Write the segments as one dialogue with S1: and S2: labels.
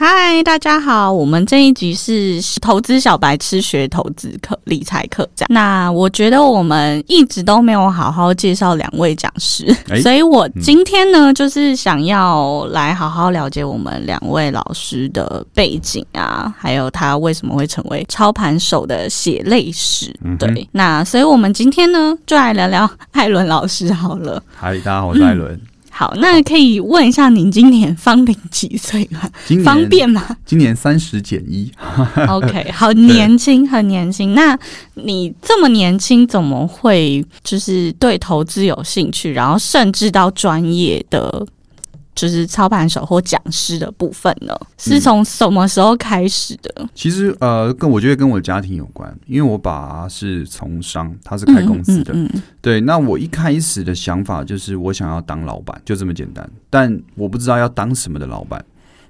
S1: 嗨，大家好，我们这一集是投资小白吃学投资课理财课讲。那我觉得我们一直都没有好好介绍两位讲师，
S2: 哎
S1: 所以我嗯今天呢，就是想要来好好了解我们两位老师的背景啊，还有他为什么会成为操盘手的血泪史。
S2: 嗯哼
S1: 对，那所以我们今天呢，就来聊聊艾伦老师好了。
S2: 嗨，大家好，我是艾
S1: 嗯
S2: 伦。
S1: 好，那可以问一下您今年芳龄几岁吗？
S2: 今年
S1: 方便吗？
S2: 今年三十减一，
S1: OK，好年轻，很年轻。那你这么年轻，怎么会就是对投资有兴趣，然后甚至到专业的就是操盘手或讲师的部分呢？
S2: 嗯
S1: 是从什么时候开始的？
S2: 其实呃，跟我觉得跟我家庭有关，因为我爸是从商，他是开公司的。
S1: 嗯嗯嗯
S2: 对，那我一开始的想法就是我想要当老板，就这么简单。但我不知道要当什么的老板。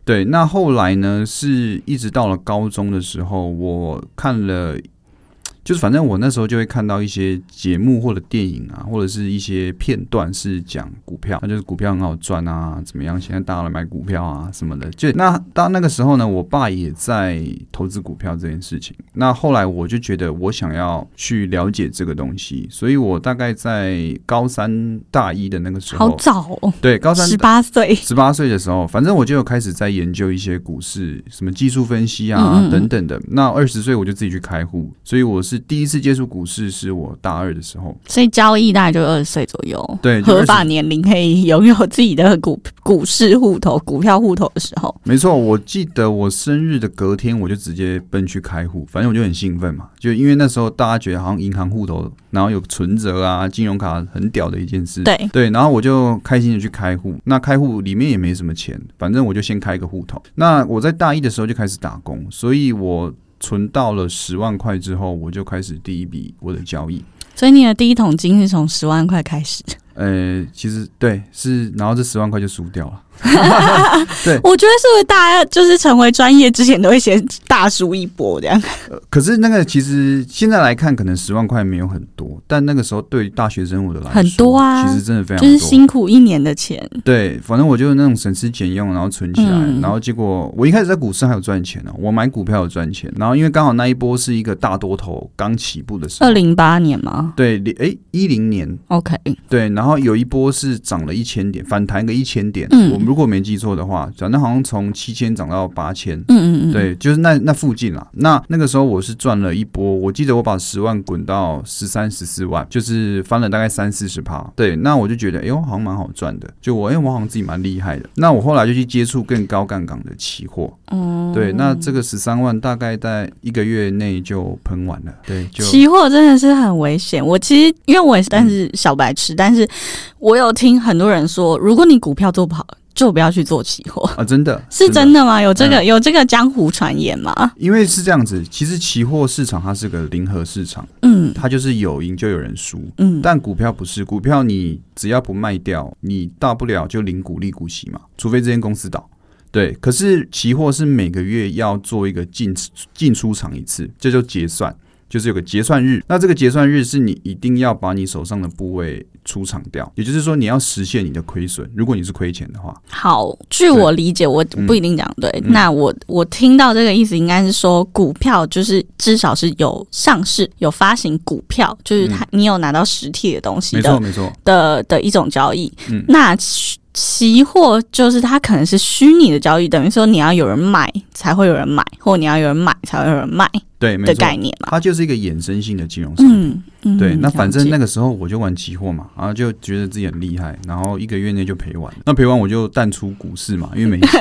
S2: 对，那后来呢，是一直到了高中的时候，我看了，就是反正我那时候就会看到一些节目或者电影啊，或者是一些片段是讲股票，那就是股票很好赚啊，怎么样？现在大家来买股票啊什么的。就那到那个时候呢，我爸也在投资股票这件事情。那后来我就觉得我想要去了解这个东西，所以我大概在高三大一的那个时
S1: 好
S2: 候，
S1: 早哦，
S2: 对，高三
S1: 十八岁。
S2: 十八岁的时候，反正我就有开始在研究一些股市，什么技术分析啊
S1: 嗯嗯嗯
S2: 等等的。那二十岁我就自己去开户，所以我是第一次接触股市是我大二的时候。
S1: 所以交易大概就二十岁左右，
S2: 对就
S1: 合法年龄可以拥有自己的股股市户头、股票户头的时候，
S2: 没错，我记得我生日的隔天，我就直接奔去开户，反正我就很兴奋嘛，就因为那时候大家觉得好像银行户头，然后有存折啊、金融卡，很屌的一件事。
S1: 对，
S2: 对，然后我就开心的去开户。那开户里面也没什么钱，反正我就先开一个户头。那我在大一的时候就开始打工，所以我存到了十万块之后，我就开始第一笔我的交易。
S1: 所以你的第一桶金是从十万块开始。
S2: 呃，其实对，是，然后这十万块就输掉了。
S1: 我觉得是不是大家就是成为专业之前都会先大输一波这样？
S2: 呃可是那个其实现在来看，可能十万块没有很多，但那个时候对于大学生我的来说，
S1: 很多啊
S2: 其实真的非常
S1: 就是
S2: 多。
S1: 辛苦一年的钱，
S2: 对，反正我就那种省吃俭用，然后存起来，
S1: 嗯
S2: 然后结果我一开始在股市还有赚钱呢、哦我买股票有赚钱，然后因为刚好那一波是一个大多头刚起步的时候
S1: 二，零八年嗯吗
S2: 对，哎一零年
S1: ？OK，
S2: 对，然后有一波是涨了一千点，反弹个一千点，
S1: 嗯
S2: 我如果没记错的话，反正好像从七千涨到八千。
S1: 嗯嗯嗯，，
S2: 对，就是那那附近啦。那那个时候我是赚了一波，我记得我把十万滚到十三、十四万，就是翻了大概三四十趴。对，那我就觉得，哎呦，好像蛮好赚的。就我，哎，我好像自己蛮厉害的。那我后来就去接触更高杠杆的期货。
S1: 哦、
S2: 对，那这个十三万大概在一个月内就喷完了。对，就
S1: 期货真的是很危险。我其实因为我也是，但是小白痴，但是我有听很多人说，如果你股票做不好，就不要去做期货，
S2: 啊，真的
S1: 是真的吗？有这个、有这个江湖传言吗？
S2: 因为是这样子，其实期货市场它是个零和市场，
S1: 嗯
S2: 它就是有赢就有人输。
S1: 嗯，
S2: 但股票不是，股票你只要不卖掉，你大不了就零股利股息嘛，除非这间公司倒。对，可是期货是每个月要做一个进进出场一次，这就结算，就是有个结算日。那这个结算日是你一定要把你手上的部位出场掉，也就是说你要实现你的亏损。如果你是亏钱的话，
S1: 好，据我理解，我
S2: 嗯
S1: 不一定讲对。
S2: 嗯
S1: 那我我听到这个意思，应该是说股票就是至少是有上市、有发行股票，就是它、你有拿到实体的东西
S2: 嗯没
S1: 的
S2: 错没错，
S1: 的的一种交易。
S2: 嗯
S1: 那期期货就是它可能是虚拟的交易，等于说你要有人买才会有人买，或你要有人买才会有人卖
S2: 对没
S1: 的
S2: 错
S1: 概，念嘛。
S2: 它就是一个衍生性的金融市场。
S1: 嗯嗯，
S2: 对，那反正那
S1: 个
S2: 个时候我就玩期货嘛，然后就觉得自己很厉害，然后一个月内就赔完了。那赔完我就淡出股市嘛，因为没 钱。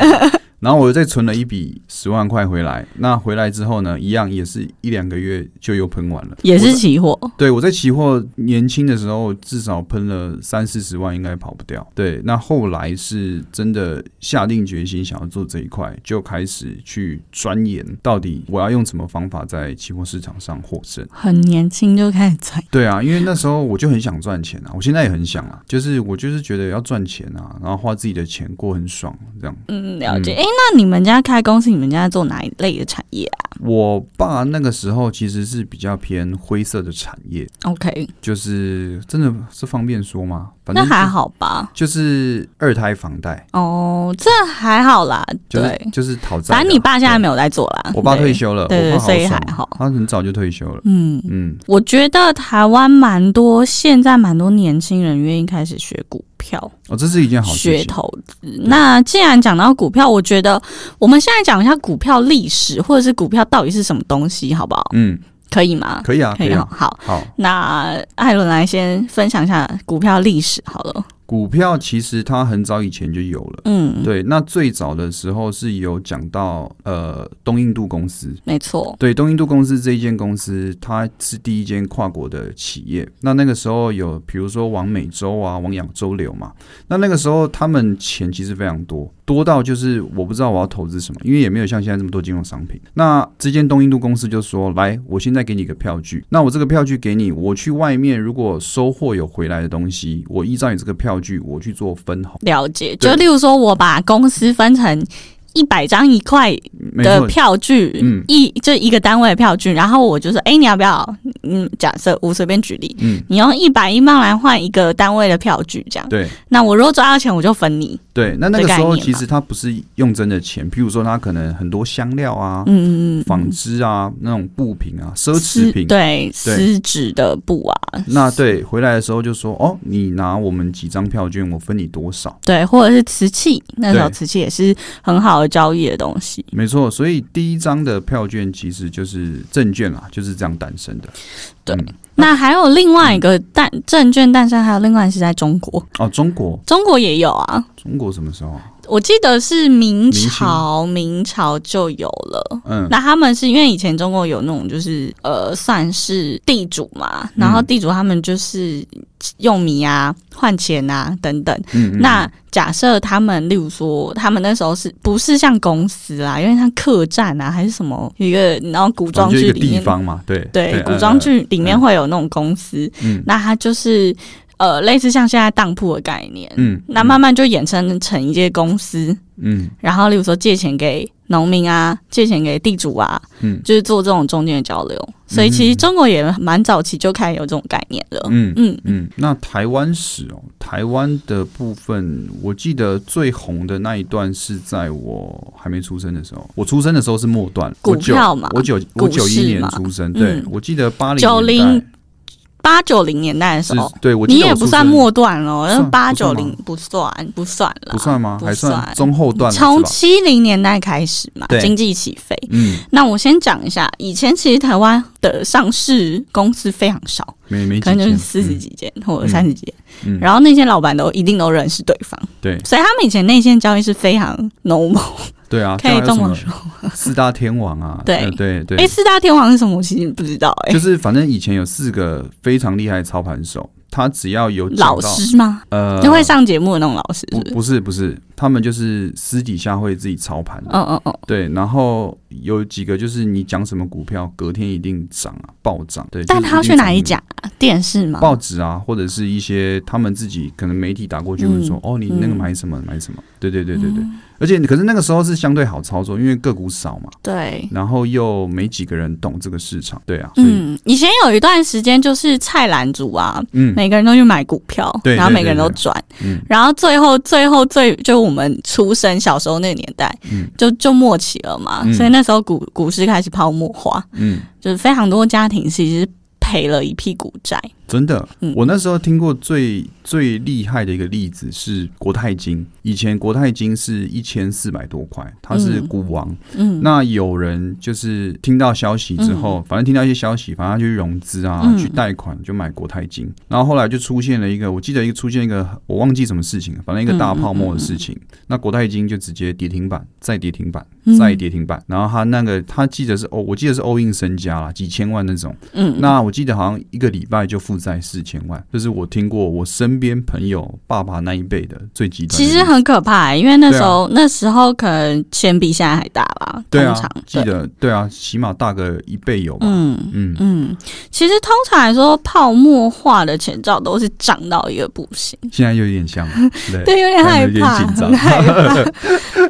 S2: 然后我又再存了一笔十万块回来，那回来之后呢，一样也是一两个月就又喷完了。
S1: 也
S2: 我
S1: 是
S2: 在
S1: 期货。
S2: 对我在期货年轻的时候至少喷了三四十万，应该跑不掉。对，那后来是真的下定决心想要做这一块，就开始去钻研到底我要用什么方法在期货市场上获胜。
S1: 很年轻就开始赚，
S2: 对啊，因为那时候我就很想赚钱啊，我现在也很想啊，就是我就是觉得要赚钱啊，然后花自己的钱过很爽这样。
S1: 嗯，了解。诶，那你们家开公司，你们家做哪一类的产业啊
S2: 我爸那个时候其实是比较偏灰色的产业，
S1: 啊？OK，
S2: 就是真的是方便说吗？反
S1: 那
S2: 正
S1: 还
S2: 就
S1: 好吧？
S2: 就是二胎房贷，
S1: 哦，这还好啦，
S2: 就是
S1: 对，
S2: 就是讨债的啊。
S1: 反正你爸现在
S2: 对
S1: 没有在做啦。
S2: 我爸
S1: 对
S2: 退，休了，
S1: 对对
S2: 我爸好
S1: 所以
S2: 爽啊
S1: 还好
S2: 他很早就退休了。
S1: 嗯。
S2: 嗯，
S1: 我觉得台湾蛮多，现在蛮多年轻人愿意开始学股票、
S2: 哦，这是一件好事
S1: 学
S2: 情。
S1: 投资。那既然讲到股票，我觉得我们现在讲一下股票历史，或者是股票到底是什么东西，好不好？
S2: 嗯，
S1: 可以吗？
S2: 可以啊，可以
S1: 好
S2: 啊。
S1: 好。
S2: 好，
S1: 那艾伦来先分享一下股票历史好了。
S2: 股票其实它很早以前就有了。
S1: 嗯，
S2: 对，那最早的时候是有讲到呃东印度公司，
S1: 没错。
S2: 对东印度公司这一间公司，它是第一间跨国的企业。那那个时候有，比如说往美洲啊，往亚洲流嘛。那那个时候他们钱其实非常多，多到就是我不知道我要投资什么，因为也没有像现在这么多金融商品。那这间东印度公司就说：“来，我现在给你个票据，那我这个票据给你，我去外面如果收获有回来的东西，我依照你这个票据，我去做分红。
S1: 了解，
S2: 对
S1: 就例如说，我把公司分成一百张一块
S2: 没
S1: 的
S2: 错，
S1: 票据，
S2: 嗯
S1: 一就一个单位的票据，然后我就说，哎、你要不要？嗯，假设我随便举例，
S2: 嗯，
S1: 你用一百英镑来换一个单位的票据，这样。
S2: 对。”
S1: 那我如果赚到钱，我就分你。
S2: 对，那那
S1: 的
S2: 个
S1: 概
S2: 时候
S1: 念
S2: 其
S1: 嘛
S2: 实它不是用真的钱，譬如说它可能很多香料啊、
S1: 嗯嗯
S2: 纺织啊、那种布品啊、奢
S1: 嗯，
S2: 侈品。
S1: 对
S2: 对
S1: 丝质的布啊，
S2: 那对回来的时候就说哦，你拿我们几张票券，我分你多少。
S1: 对，或者是瓷器，那时候
S2: 对
S1: 瓷器也是很好的交易的东西。
S2: 没错，所以第一张的票券其实就是证券啦，就是这样诞生的。
S1: 对
S2: 嗯
S1: 那还有另外一个诞证券诞生，还有另外是在中国，
S2: 哦，中国，
S1: 中国也有啊。
S2: 中国什么时候啊？
S1: 我记得是明
S2: 清
S1: 朝，明朝就有了。
S2: 嗯，
S1: 那他们是因为以前中国有那种就是呃，算是地主嘛，
S2: 嗯
S1: 然后地主他们就是用米啊换钱啊等等。
S2: 嗯嗯
S1: 那假设他们，例如说，他们那时候是不是像公司啊，因为像客栈啊，还是什么一个，然后古
S2: 反
S1: 装
S2: 正哦
S1: 剧
S2: 就一个
S1: 里
S2: 地
S1: 面，
S2: 方嘛，对
S1: 对，古装，
S2: 嗯
S1: 剧里面
S2: 嗯
S1: 会有那种公司，
S2: 嗯
S1: 那它就是呃，类似像现在当铺的概念，
S2: 嗯，
S1: 那慢慢就衍生成一些公司，
S2: 嗯
S1: 然后例如说借钱给农民啊，借钱给地主啊，
S2: 嗯
S1: 就是做这种中间的交流。所以其实中国也蛮早期就开始有这种概念了。
S2: 嗯
S1: 嗯，
S2: 嗯，那台湾史哦，台湾的部分，我记得最红的那一段是在我还没出生的时候。我出生的时候是末段，
S1: 股
S2: 我九
S1: 票嘛
S2: 我九我
S1: 股市
S2: 九一年
S1: 嘛
S2: 出生，对、
S1: 嗯
S2: 我记得八零
S1: 90八九零年代的时
S2: 是
S1: 候，，
S2: 对我记
S1: 哦你
S2: 得
S1: 也
S2: 我
S1: 不
S2: 出
S1: 算
S2: 生
S1: 末段了，因为
S2: 算
S1: 八九
S2: 不算
S1: 零
S2: 吗
S1: 不算，不算啦，
S2: 不算吗？
S1: 不
S2: 还算
S1: 算
S2: 中后段了
S1: 从
S2: 是吧？嗯
S1: 七零年代开始嘛，
S2: 对
S1: 经济起飞。
S2: 嗯，
S1: 那我先讲一下，以前其实台湾的上市公司非常少，
S2: 没没
S1: 可能
S2: 几
S1: 就是
S2: 件
S1: 四十几间或者
S2: 嗯
S1: 三十几间，
S2: 嗯，嗯
S1: 然后那些老板都一定都认识对方，
S2: 对
S1: 所以他们以前内线交易是非常 normal。
S2: 对啊，
S1: 可以这么
S2: 说， 四大天王啊，
S1: 对
S2: 呃对对，
S1: 哎、四大天王是什么？我其实不知道、诶，哎，
S2: 就是反正以前有四个非常厉害的操盘手，他只要有讲
S1: 老
S2: 到
S1: 师吗？
S2: 呃
S1: 就会上节目的那种老师是
S2: 不
S1: 不是？
S2: 不是不是，他们就是私底下会自己操盘的。
S1: 嗯嗯嗯，
S2: 对，然后有几个就是你讲什么股票，隔天一定涨啊，暴涨。对，
S1: 但
S2: 就是
S1: 他要
S2: 定
S1: 去哪
S2: 涨
S1: 里
S2: 停？
S1: 讲、啊？电视吗？
S2: 报纸啊，或者是一些他们自己可能媒体打过去，会说、哦，你那个
S1: 嗯
S2: 买什么、买什么？对对对对对。而且可是那个时候是相对好操作，因为个股少嘛，
S1: 对，
S2: 然后又没几个人懂这个市场。对啊，所以
S1: 嗯，以前有一段时间就是菜篮族啊，
S2: 嗯
S1: 每个人都去买股票，
S2: 对
S1: 然后
S2: 对
S1: 每个人
S2: 对
S1: 都
S2: 对
S1: 赚，
S2: 嗯
S1: 然后最后最后最就我们出生小时候那个年代，
S2: 嗯
S1: 就就末期了嘛，
S2: 嗯
S1: 所以那时候股股市开始泡沫化，
S2: 嗯，
S1: 就是非常多家庭其实赔了一屁股债。
S2: 真的
S1: 嗯，
S2: 我那时候听过最最厉害的一个例子是国泰金。以前国泰金是一千四百多块，它是
S1: 嗯
S2: 股王。
S1: 嗯，
S2: 那有人就是听到消息之后，反正听到一些消息，反正他去融资啊，
S1: 嗯
S2: 去贷款，就买国泰金。然后后来就出现了一个，我记得一个出现一个我忘记什么事情了，反正一个大泡沫的事情。那国泰金就直接跌停板，再跌停板，
S1: 嗯
S2: 再跌停板。然后他那个他记得是哦，我记得是欧印身家啦，几千万那种。
S1: 嗯，
S2: 那我记得好像一个礼拜就负债四千万，这是我听过我身边朋友爸爸那一辈的最极端的
S1: 其
S2: 例子。
S1: 实很可怕、欸因为那时候、那时候可能钱比现在还大吧，
S2: 啊对啊
S1: 通常，
S2: 记
S1: 对，
S2: 得对啊，起码大个一倍有吧。
S1: 嗯。
S2: 嗯
S1: 嗯，其实通常来说，泡沫化的前兆都是涨到一个不行，
S2: 现在又有点像， 对
S1: 嗯对，有点害
S2: 有点
S1: 怕，
S2: 紧张
S1: 很害怕。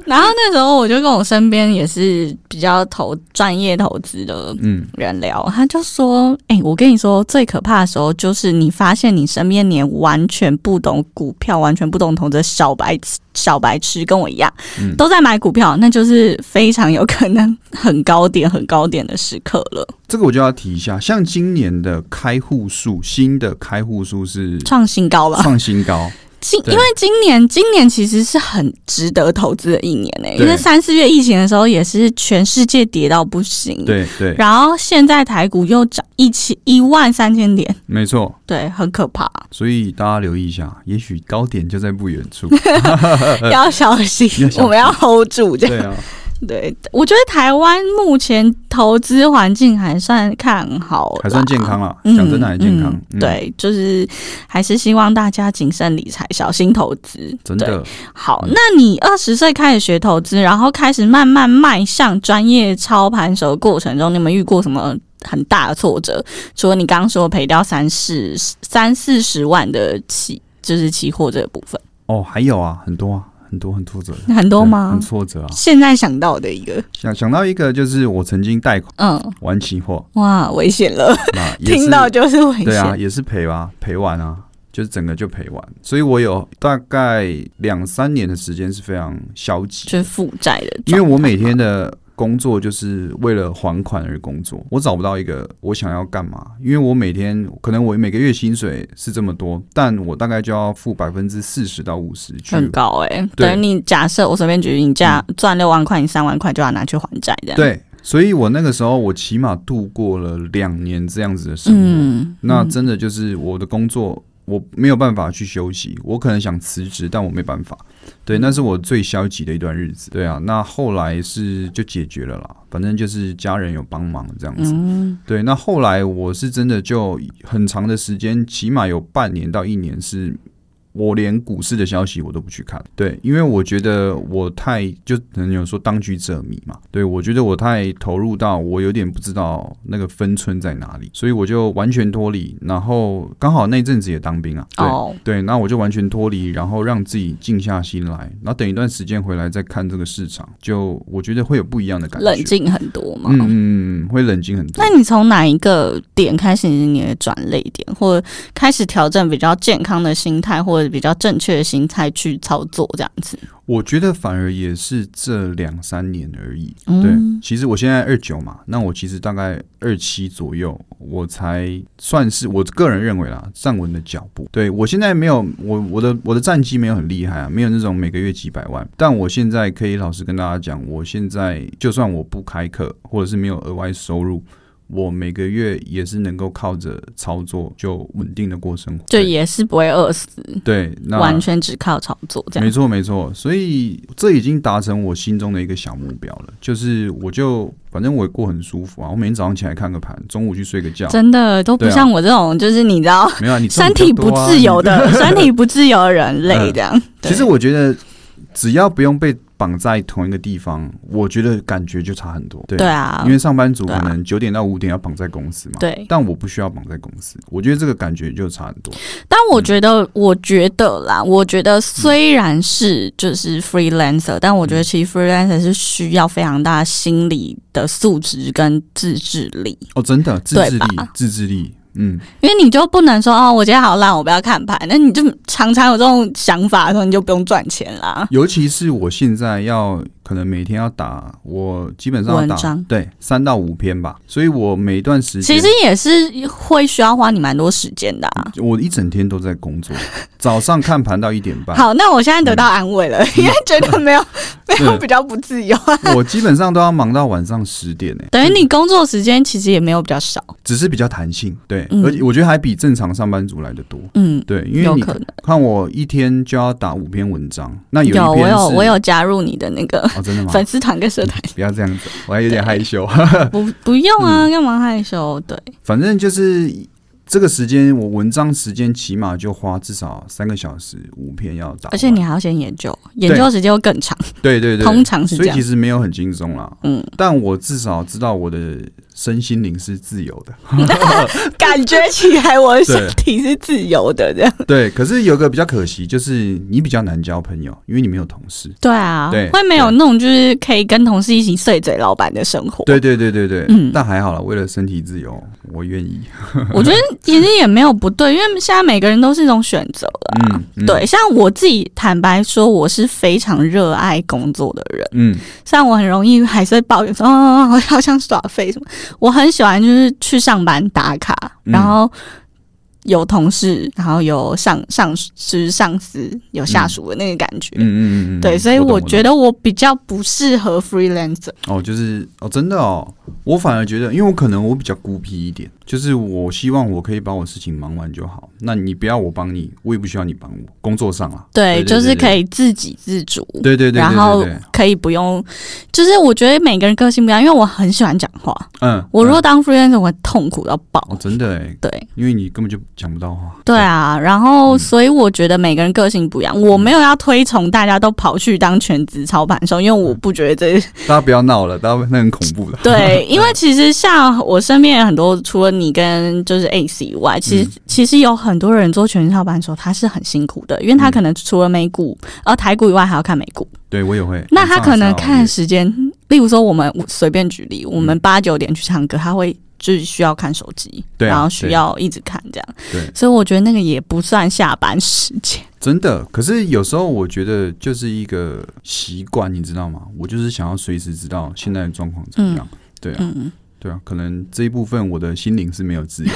S1: 然后那时候我就跟我身边也是比较投专业投资的
S2: 嗯
S1: 人聊，他就说：“哎、我跟你说，最可怕的时候就是你发现你身边你完全不懂股票、完全不懂投资的小白痴小白痴，跟我一样，
S2: 嗯
S1: 都在买股票，那就是非常有可能很高点、很高点的时刻了，
S2: 这个我就要提一下，像今年的开户数，新的开户数是
S1: 创新高了。
S2: 创 新高，
S1: 今
S2: 对
S1: 因为今年今年其实是很值得投资的一年呢、
S2: 对
S1: 因为三四月疫情的时候也是全世界跌到不行，
S2: 对对，
S1: 然后现在台股又涨一千一万三千点，
S2: 没错。
S1: 对，很可怕，
S2: 所以大家留意一下，也许高点就在不远 处。
S1: 啊要小心，
S2: 嗯要小心
S1: 我们要 hold 住这样。
S2: 对啊，
S1: 对，我觉得台湾目前投资环境还算看好，
S2: 还算健。康了，
S1: 嗯
S2: 讲真的还健康。
S1: 嗯
S2: 嗯，
S1: 对，就是还是希望大家谨慎理财，小心投资。
S2: 真
S1: 对
S2: 的，
S1: 好，
S2: 嗯
S1: 那你二十岁开始学投资，然后开始慢慢迈向专业操盘手的过程中，你有没有遇过什么很大的挫折？除了你刚刚说赔掉三四三四十万的期，就是期货这个部分，
S2: 哦，还有啊，很多啊，很多很挫折的，
S1: 很多
S2: 对
S1: 吗
S2: 很？挫折啊。
S1: 现在想到的一个，
S2: 想想到一个，就是我曾经贷款
S1: 嗯，
S2: 玩期货，
S1: 哇，危险了，
S2: 那也是
S1: 听到就是危
S2: 对啊，
S1: 险。
S2: 也是赔啊，赔完啊，就是整个就赔完。所以我有大概两三年的时间是非常消极，
S1: 就是负债的状态
S2: 因
S1: 嘛，
S2: 为我每天的工作就是为了还款而工作，我找不到一个我想要干嘛。因为我每天可能我每个月薪水是这么多，但我大概就要付百分之四十到五十去。
S1: 很高哎、欸，
S2: 对嗯
S1: 等于你假设我随便举例，你家赚六万块，你三万块就要拿去还债这样。，
S2: 对，所以我那个时候我起码度过了两年这样子的生活。
S1: 嗯，
S2: 那
S1: 嗯
S2: 真的就是我的工作，我没有办法去休息，我可能想辞职，但我没办法。对，那是我最消极的一段日子。对啊，那后来是就解决了啦，反正就是家人有帮忙这样子。
S1: 嗯
S2: 对，那后来我是真的就很长的时间，起码有半年到一年是。我连股市的消息我都不去看，对，因为我觉得我太就可能有说当局者迷嘛，对我觉得我太投入到我有点不知道那个分寸在哪里，所以我就完全脱离，然后刚好那阵子也当兵啊，对、
S1: 哦，
S2: 对，那我就完全脱离，然后让自己静下心来，然后等一段时间回来再看这个市场，就我觉得会有不一样的感觉，
S1: 冷，静很多嘛。
S2: 嗯嗯嗯嗯，会冷静很多。
S1: 那你从哪一个点开始你的转泪点，或者开始调整比较健康的心态，或者比较正确的心态去操作这样子？
S2: 我觉得反而也是这两三年而已。对
S1: 嗯，，
S2: 其实我现在二九嘛，那我其实大概二七左右，我才算是我个人认为啦，站稳了脚步。对我现在没有我我的我的战绩没有很厉害啊，没有那种每个月几百万，但我现在可以老实跟大家讲，我现在就算我不开课，或者是没有额外收入。我每个月也是能够靠着操作就稳定的过生活，
S1: 就也是不会饿死，
S2: 对，那
S1: 完全只靠炒作这
S2: 没
S1: 样。
S2: 错，没错，所以这已经达成我心中的一个小目标了，就是我就反正我也过很舒服啊，我每天早上起来看个盘，中午去睡个觉，
S1: 真的都不
S2: 对啊
S1: 像我这种，就是你知道，
S2: 没有、啊、你赚
S1: 身
S2: 比较
S1: 体不
S2: 多啊
S1: 自由。
S2: 你
S1: 的、身体不自由的人类这样。对
S2: 其实我觉得，只要不用被绑在同一个地方，我觉得感觉就差很多。对
S1: 对啊，
S2: 因为上班族可
S1: 对
S2: 能九点到五点要绑在公司嘛，
S1: 对
S2: 但我不需要绑在公司，我觉得这个感觉就差很多。
S1: 但我觉得，我觉得啦，
S2: 嗯
S1: 我觉得虽然是就是
S2: 嗯
S1: freelancer，但我觉得其实 freelancer 是需要非常大的心理的素质跟自制力，
S2: 哦，真的，自
S1: 对
S2: 制力
S1: 吧，
S2: 自制力，嗯，
S1: 因为你就不能说哦，我今天好烂，我不要看盘，那你就常常有这种想法的时候，你就不用赚钱啦。
S2: 尤其是我现在要可能每天要打，我基本上要
S1: 文
S2: 打
S1: 章
S2: 对三到五篇吧，所以我每一段时间
S1: 其实也是会需要花你蛮多时间的、啊。
S2: 我一整天都在 工作，早上看盘到一点半，
S1: 好，那我现在得到安慰
S2: 嗯
S1: 了，因为觉得 没有没有比较不自由啊，
S2: 我基本上都要忙到晚上十点呢、
S1: 等于你工作时间其实也没有比较少，
S2: 只是比较弹性，对，
S1: 嗯
S2: 而且我觉得还比正常上班族来的多，
S1: 嗯，
S2: 对，因为
S1: 有
S2: 你
S1: 可能。
S2: 看我一天就要打五篇文章，那有
S1: 有，
S2: 一篇
S1: 我
S2: 是
S1: 有，我有加入你的那个
S2: 哦，真的吗？
S1: 粉丝团跟社 团，
S2: 不要这样子，我还有点害羞。
S1: 不不用
S2: 嗯
S1: 啊，干嘛害羞？对，
S2: 反正就是这个时间，我文章时间起码就花至少三个小时，五篇要打完。
S1: 而且你还要先研究，研究时间会更长，
S2: 对对对，
S1: 通常是这
S2: 所以
S1: 样
S2: 其。实没有很轻松啦。
S1: 嗯，
S2: 但我至少知道我的身心灵是自由的。
S1: 感觉起来我的
S2: 对
S1: 身体是自由的，这样
S2: 对，可是有个比较可惜，就是你比较难交朋友，因为你没有同事。
S1: 对啊，
S2: 对
S1: 会没有那种就是可以跟同事一起碎嘴老板的生活。
S2: 对对对对对，
S1: 嗯
S2: 但还好了，为了身体自由，我愿意。
S1: 我觉得其实也没有不对，因为现在每个人都是一种选择了。
S2: 嗯，嗯，
S1: 对，像我自己坦白说，我是非常热爱工作的人。
S2: 嗯
S1: 虽然我很容易还是会抱怨说，哦，好好想耍废什么。我很喜欢就是去上班打卡，
S2: 嗯
S1: 然后有同事，然后有上上就是上司，有下属的那个感觉。
S2: 嗯嗯嗯嗯，
S1: 对，所以
S2: 我
S1: 我觉
S2: 得
S1: 得我比较不适合 freelancer。
S2: 哦，就是哦，真的哦，我反而觉得，因为我可能我比较孤僻一点，就是我希望我可以把我事情忙完就好。那你不要我帮你，我也不需要你帮我，工作上啦。
S1: 对，就是可
S2: 以。
S1: 以自给自足。
S2: 对对对对对，
S1: 然后
S2: 对对
S1: 可以不用，就是我觉得每个人个性不一样，因为我很喜欢讲话。
S2: 嗯，
S1: 我如
S2: 嗯
S1: 果当 freelancer，我会痛苦到爆。
S2: 哦，真的哎，
S1: 对
S2: 因为你根本就讲不到话。
S1: 对啊，然后
S2: 嗯
S1: 所以我觉得每个人个性不一样，我没有要推崇大家都跑去当全职操盘手，因为我不觉得这
S2: 大家不要闹了，大家那很恐怖的。
S1: 对，因为其实像我身边很多，除了你跟就是 A C 以外，其实、
S2: 嗯
S1: 其实有很多人做全职操盘手，他是很辛苦的，因为
S2: 嗯
S1: 他可能除了美股、呃台股以外，还要看美股。
S2: 对我也会。
S1: 那他
S2: 晚上
S1: 可能
S2: 还是要熬夜
S1: 看时间，例如说我们我随便举例，我
S2: 嗯
S1: 们八九点去唱歌，他会就是需要看手机，
S2: 对啊
S1: 然后需要一直看这样，
S2: 对，
S1: 所以我觉得那个也不算下班时间。
S2: 真的。可是有时候我觉得就是一个习惯，你知道吗？我就是想要随时知道现在的状况怎么样。对啊，
S1: 嗯，
S2: 对啊，可能这一部分我的心灵是没有自由。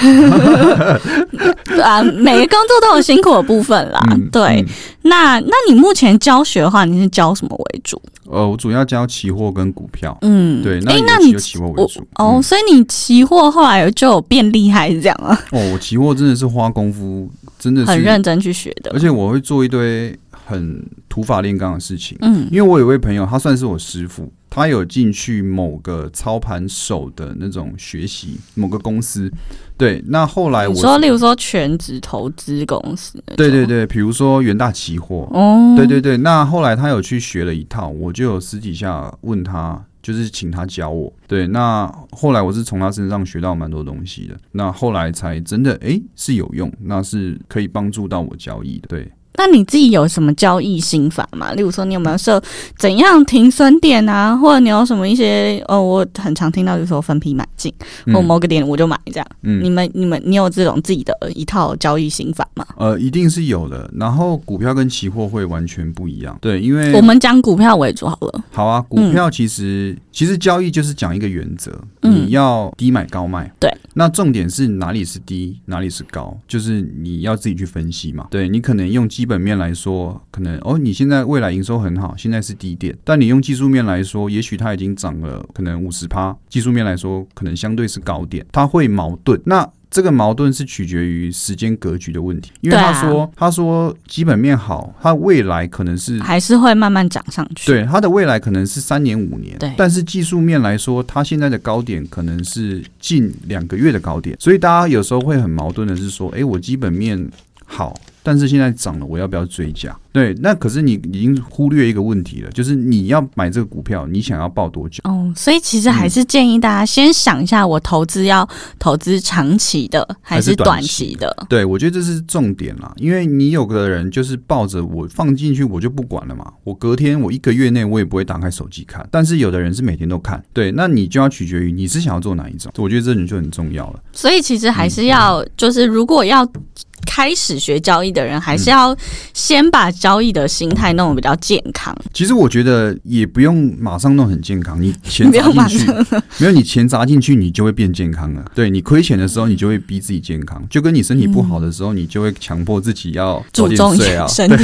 S1: 对啊，每个工作都有辛苦的部分啦。
S2: 嗯
S1: 对，
S2: 嗯
S1: 那那你目前教学的话，你是教什么为主？
S2: 呃，我主要教期货跟股票。
S1: 嗯，
S2: 对，那
S1: 诶
S2: 以
S1: 那你
S2: 有期货为
S1: 我
S2: 主。嗯
S1: 哦，所以你期货后来就有变厉害是这样啊，
S2: 嗯哦，我期货真的是花功夫，真的是
S1: 很认真去学的
S2: 而。且我会做一堆很土法炼钢的事情。
S1: 嗯
S2: 因为我有位朋友，他算是我师傅，他有进去某个操盘手的那种学习，某个公司。对，那后哎来我
S1: 你说，例如说全职投资公司，
S2: 对对，对，比如说元大期货，
S1: 哦，
S2: 对对对。那后来他有去学了一套，我就有私底下问他，就是请他教我。对，那后来我是从他身上学到蛮多东西的，那后来才真的诶是有用，那是可以帮助到我交易的。对，
S1: 那你自己有什么交易心法吗？例如说，你有没有设怎样停损点啊，或者你有什么一些呃，我很常听到就是说分批买进，
S2: 嗯
S1: 或某个点我就买这样。
S2: 嗯
S1: 你们你们你有这种自己的一套交易心法吗？
S2: 呃，一定是有的。然后股票跟期货会完全不一样，对，因为
S1: 我们讲股票为主好了。
S2: 好啊，股票其实、其实交易就是讲一个原则，
S1: 嗯
S2: 你要低买高卖。
S1: 对，
S2: 那重点是哪里是低，哪里是高，就是你要自己去分析嘛。对你可能用基本面来说，可能哦，你现在未来营收很好，现在是低点，但你用技术面来说，也许它已经涨了可能五十趴，技术面来说可能相对是高点，它会矛盾。那这个矛盾是取决于时间格局的问题，因为
S1: 对
S2: 他
S1: 啊
S2: 说、他说基本面好，它未来可能是
S1: 还是会慢慢涨上去。，
S2: 嗯对，它的未来可能是三年五年，
S1: 对
S2: 但是技术面来说，它现在的高点可能是近两个月的高点，所以大家有时候会很矛盾的是说，诶，我基本面好，但是现在涨了，我要不要追加？对，那可是你已经忽略一个问题了，就是你要买这个股票，你想要报多久？
S1: 哦，所以其
S2: 嗯
S1: 实还是建议大家先想一下，我投资要投资长期的还
S2: 还
S1: 是
S2: 是
S1: 短
S2: 短
S1: 期
S2: 期
S1: 的？
S2: 对，我觉得这是重点啦，因为你有的人就是抱着我放进去我就不管了嘛，我隔天我一个月内我也不会打开手机看，但是有的人是每天都看，对，那你就要取决于你是想要做哪一种，我觉得这点就很重要了。
S1: 所以其实还是
S2: 嗯
S1: 要，就是如果要开始学交易的人，还是要先把交易的心态弄得比较健康。
S2: 其实我觉得也不用马上弄很健康，你 钱
S1: 不
S2: 砸
S1: 用马
S2: 进去，没有你钱砸进去，你就会变健康了。对你亏钱的时候，你就会逼自己健康，就跟你身体不好的时候，你就会强迫自己要
S1: 嗯注
S2: 早点
S1: 重
S2: 睡啊，
S1: 身体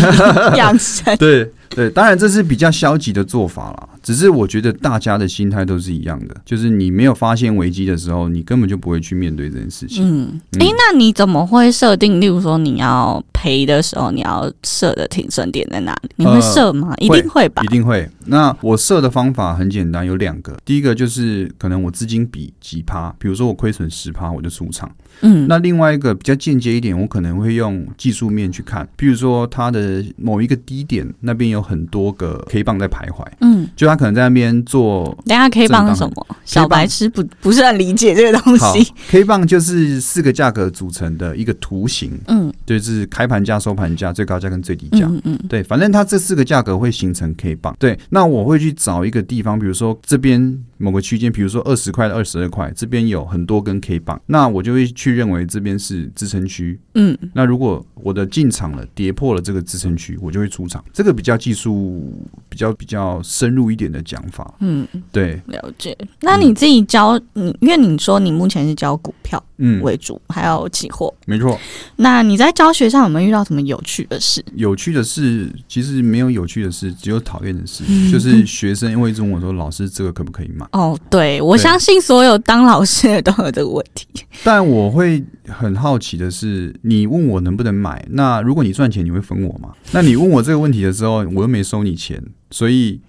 S1: 养生，
S2: 对对，当然这是比较消极的做法啦。只是我觉得大家的心态都是一样的，就是你没有发现危机的时候，你根本就不会去面对这件事情。
S1: 嗯，诶、那你怎么会设定？例如说，你要赔的时候，你要设的停损点在哪里？你呃会设吗？一定会吧
S2: 一。定会。那我设的方法很简单，有两个。第一个就是可能我资金比几趴，比如说我亏损十趴，我就出场。
S1: 嗯，
S2: 那另外一个比较间接一点，我可能会用技术面去看，比如说它的某一个低点那边有很多个 K 棒在徘徊，
S1: 嗯，
S2: 就它可能在那边做
S1: 大家 K 棒是什么？小白痴不不是很理解这个东
S2: 好
S1: 西。
S2: K 棒就是四个价格组成的一个图形，
S1: 嗯
S2: 就是开盘价、收盘价、最高价跟最低价。
S1: 嗯嗯
S2: 对，反正它这四个价格会形成 K 棒。对，那我会去找一个地方，比如说这边某个区间，比如说二十块到二十二块，这边有很多根 K 棒，那我就会去认为这边是支撑区。
S1: 嗯
S2: 那如果我的进场了，跌破了这个支撑区，我就会出场。这个比较技术、比较比较深入一点的讲法。
S1: 嗯，
S2: 对，
S1: 了解。那你自己教你，因为你说你目前是教股票
S2: 嗯，
S1: 为主，还有期货。
S2: 没错。
S1: 那你在教学上有没有遇到什么有趣的事？
S2: 有趣的事其实没有有趣的事，只有讨厌的事。就是学生因为一直问我说：“老师，这个可不可以买
S1: 哦，对，我
S2: 对
S1: 相信所有当老师的都有这个问 题。？”
S2: 但我会很好奇的是，你问我能不能买？那如果你赚钱，你会分我吗？那你问我这个问题的时候，我又没收你钱，所以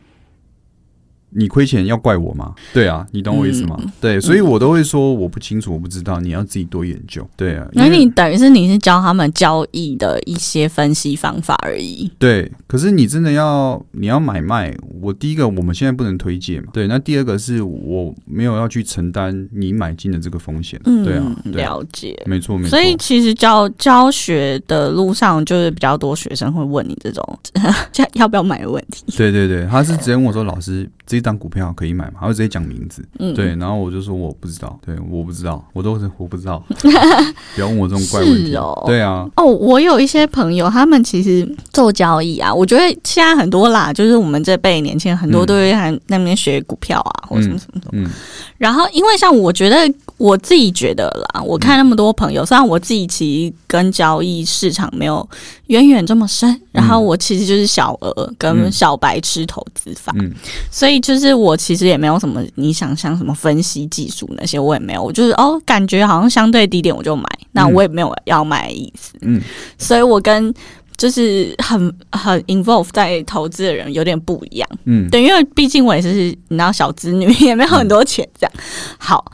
S2: 你亏钱要怪我吗？对啊，你懂我意思吗？对，所以我都会说我不清楚，我不知道，你要自己多研究。对啊，因
S1: 那
S2: 为
S1: 你等于是你是教他们交易的一些分析方法而已。
S2: 对，可是你真的要你要买卖，我第一个我们现在不能推介
S1: 嗯
S2: 嘛，对，那第二个是我没有要去承担你买进的这个风险，
S1: 嗯，
S2: 对啊，对啊，
S1: 了解。
S2: 没错没错
S1: 所，以其实教教学的路上，就是比较多学生会问你这种 要不要买的问题。
S2: 对对对，他是直接问我说老师这一档股票可以买吗？他会直接讲名字，
S1: 嗯，
S2: 对，，然后我就说我不知道，对，我不知道，我都是我不 知道，不要问我这种怪问题，
S1: 是哦
S2: 对啊，
S1: 哦，我有一些朋友，他们其实做交易啊，我觉得现在很多啦，就是我们这辈年轻人很多
S2: 嗯
S1: 都会在那边学股票啊，或什么什么什么。
S2: 嗯
S1: 然后，因为像我觉得我自己觉得啦，我看那么多朋友，虽然我自己其实跟交易市场没有远远这么深，然后我其实就是小额跟
S2: 嗯
S1: 小白痴投资法，
S2: 嗯
S1: 所以就是我其实也没有什么你想象什么分析技术那些，我也没有，我就是哦，感觉好像相对低点我就买，那
S2: 嗯
S1: 我也没有要卖的意思，
S2: 嗯，
S1: 所以我跟就是很很 involve 在投资的人有点不一样。
S2: 嗯
S1: 对，因为毕竟我也是你知道小资女， 也没有很多钱这样。好，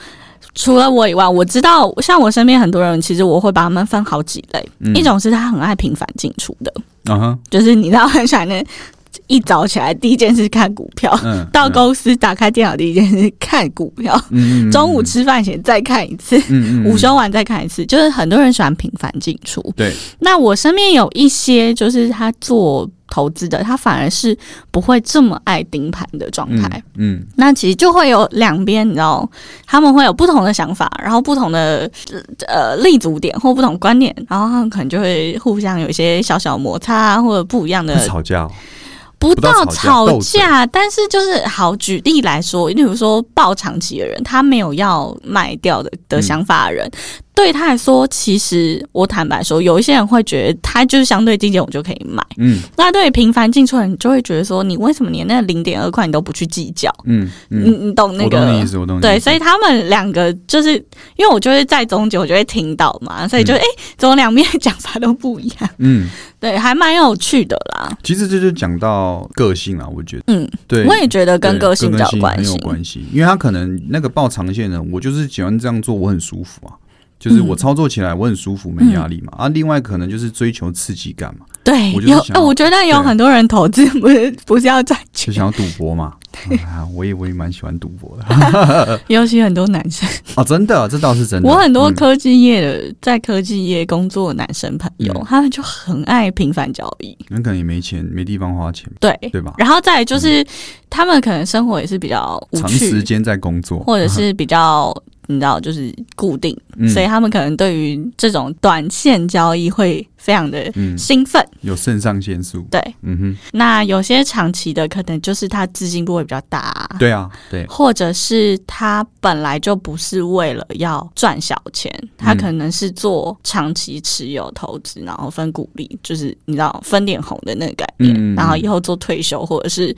S1: 除了我以外，我知道像我身边很多人，其实我会把他们分好几类，
S2: 嗯
S1: 一种是他很爱频繁进出的，
S2: 啊哈，
S1: 就是你知道很喜欢那一早起来第一件事看股票，
S2: 嗯，
S1: 到公司打开电脑第一件事看股票，
S2: 嗯，嗯
S1: 中午，吃饭前再看一次。
S2: 嗯嗯嗯，
S1: 午休完再看一次，就是很多人喜欢频繁进出。
S2: 对，
S1: 那我身边有一些就是他做投资的，他反而是不会这么爱盯盘的状态。
S2: 嗯，嗯，
S1: 那其实就会有两边，你知道，他们会有不同的想法，然后不同的呃立足点或不同观念，然后他们可能就会互相有一些小小摩擦啊或者不一样
S2: 会
S1: 的，
S2: 吵架哦，
S1: 不
S2: 到
S1: 到
S2: 吵架
S1: 吵
S2: 斗嘴
S1: 架，但是就是好举例来说，例如说抱长期的人，他没有要卖掉的的
S2: 嗯
S1: 想法的人，对他来说，其实我坦白说，有一些人会觉得他就是相对低点我就可以买，
S2: 嗯
S1: 那对于频繁进出的人就会觉得说，你为什么连那零点二块你都不去计较？
S2: 嗯
S1: 你
S2: 嗯，
S1: 你懂那
S2: 我
S1: 个？
S2: 懂你意思，我懂你意
S1: 对，
S2: 思
S1: 所以他们两个就是因为我就是在中间，我就会听到嘛，所以就哎、诶怎么两边的讲法都不一样？
S2: 嗯，
S1: 对，还蛮有趣的啦。
S2: 其实这就讲到个性啦，我觉得，
S1: 嗯，
S2: 对，
S1: 我也觉得跟
S2: 对
S1: 个性比较有
S2: 很
S1: 关
S2: 有
S1: 系。
S2: 关系，因为他可能那个报长线呢，我就是喜欢这样做，我很舒服啊。就是我
S1: 嗯
S2: 操作起来我很舒服，没压力嘛。啊，另外可能就是追求刺激感嘛，
S1: 对，
S2: 我就是
S1: 有呃
S2: 想要
S1: 我觉得有
S2: 对
S1: 很多人投资 不是不是要赚 钱，
S2: 就想要赌博嘛。啊，我也我也蛮喜欢赌博的
S1: 尤其很多男生，
S2: 啊，真的，这倒是真的。
S1: 我很多
S2: 嗯
S1: 科技业的、在科技业工作的男生朋友，
S2: 嗯
S1: 他们就很爱频繁交易。
S2: 那可能也没钱，没地方花钱，
S1: 对，
S2: 对嗯吧？
S1: 然后再来就是、他们可能生活也是比较无
S2: 长时
S1: 趣，
S2: 间在工作，
S1: 或者是比较。你知道，就是固定
S2: 嗯
S1: 所以他们可能对于这种短线交易会非常的
S2: 嗯，
S1: 兴奋。
S2: 有肾上腺素，
S1: 对，
S2: 嗯
S1: 那有些长期的可能就是他资金部位比较大、
S2: 哼，对啊，对，
S1: 或者是他本来就不是为了要赚小钱，他可能是做长期持有投资，然后分股利，就是你知道分点红的那个概念，
S2: 嗯嗯嗯
S1: 然后以后做退休或者是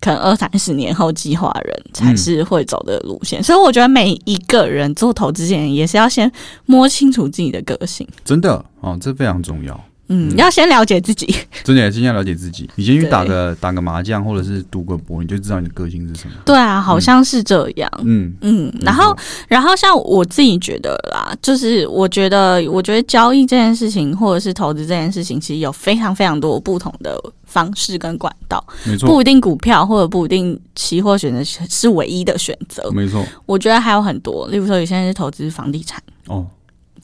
S1: 可能二三十年后计划的人才是会走的路线。所以我觉得每一个人做投资前也是要先摸清楚自己的个性，
S2: 真的哦，这非常重要。
S1: 嗯，要先了解自己。
S2: 真的，先要了解自己。你先去
S1: 对
S2: 打个打个麻将，或者是赌个博，你就知道你的个性是什么。
S1: 对啊，好像是这样。
S2: 嗯，
S1: 嗯，然后然后像我自己觉得啦，就是我觉得，我觉得交易这件事情，或者是投资这件事情，其实有非常非常多不同的方式跟管道，
S2: 嗯没错，
S1: 不一定股票或者不一定期货选择是是唯一的选择。
S2: 没错，
S1: 我觉得还有很多，例如说有些人是投资房地产，
S2: 哦，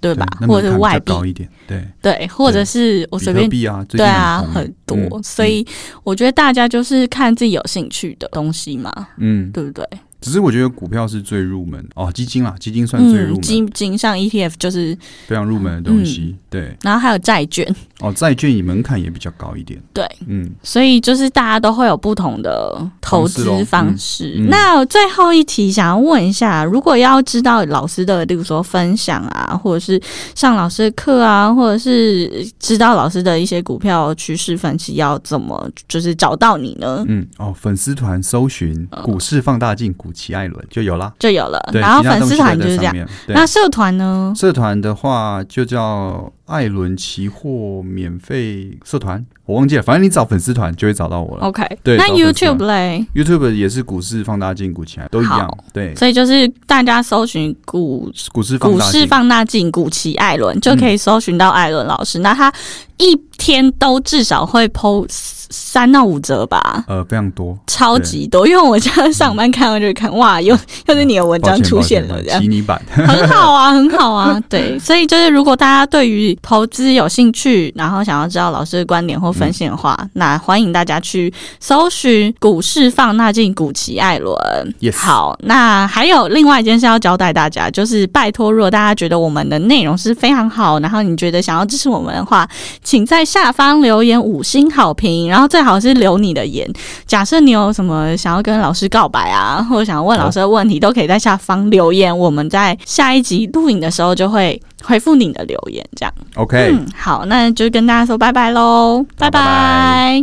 S1: 对吧？
S2: 那门
S1: 或者是
S2: 槛比
S1: 外
S2: 较
S1: 币，
S2: 高一点，对，
S1: 对，或者是我
S2: 比
S1: 随
S2: 特
S1: 便
S2: 币啊，最
S1: 对
S2: 近
S1: 啊，
S2: 红
S1: 很多，
S2: 嗯
S1: 所以我觉得大家就是看自己有兴趣的东西嘛，
S2: 嗯，
S1: 对不对？
S2: 只是我觉得股票是最入门哦，基金啦，基金算最入
S1: 嗯，
S2: 门，
S1: 基金嗯像 ETF 就是，
S2: 非常入门的东西，对，
S1: 然后还有债券，
S2: 哦，债券也门槛也比较高一点，
S1: 对，
S2: 嗯，
S1: 所以就是大家都会有不同的投资方式。
S2: 嗯嗯
S1: 那最后一题想要问一下，如果要知道老师的，例如说分享啊，或者是上老师的课啊，或者是知道老师的一些股票趋势分析，要怎么就是找到你呢？
S2: 嗯，哦，粉丝团搜寻“股市放大镜”古奇艾伦就有啦。
S1: 就有了，
S2: 对，
S1: 嗯然后
S2: 其他
S1: 粉
S2: 东
S1: 丝
S2: 西都
S1: 团
S2: 在
S1: 就是这
S2: 上
S1: 样。
S2: 面。
S1: 那
S2: 对，
S1: 社团呢？
S2: 社团的话就叫艾伦期货免费社团，我忘记了，反正你找粉丝团就会找到我了。
S1: OK，
S2: 对
S1: 那
S2: 找粉丝团
S1: YouTube 嘞，
S2: YouTube 也是股市放大镜、股奇艾都一样
S1: 好，
S2: 对，
S1: 所以就是大家搜寻股
S2: 股市放
S1: 股
S2: 大
S1: 市
S2: 镜。
S1: 放大镜股奇艾伦，就可以搜寻到艾伦老师。那他一天都至少会剖三到五折吧。
S2: 呃，非常多，
S1: 超级多，因为我家上班看到就看，哇，又又是你的文
S2: 嗯抱
S1: 章
S2: 歉
S1: 出
S2: 抱歉
S1: 现了，
S2: 抱
S1: 这
S2: 歉
S1: 样
S2: 迷你版，
S1: 很好啊，很好啊，对，所以就是如果大家对于投资有兴趣，然后想要知道老师的观点或分析的话，那欢迎大家去搜寻股市放大镜古奇艾伦。
S2: Yes
S1: 好，那还有另外一件事要交代大家，就是拜托，如果大家觉得我们的内容是非常好，然后你觉得想要支持我们的话，请在下方留言五星好评，然后最好是留你的言。假设你有什么想要跟老师告白啊，或者想要问老师的问题，都可以在下方留言，我们在下一集录影的时候就会回复你的留言。这样，
S2: OK，
S1: 嗯，好，那就跟大家说拜拜喽，
S2: 好
S1: 拜拜
S2: 拜拜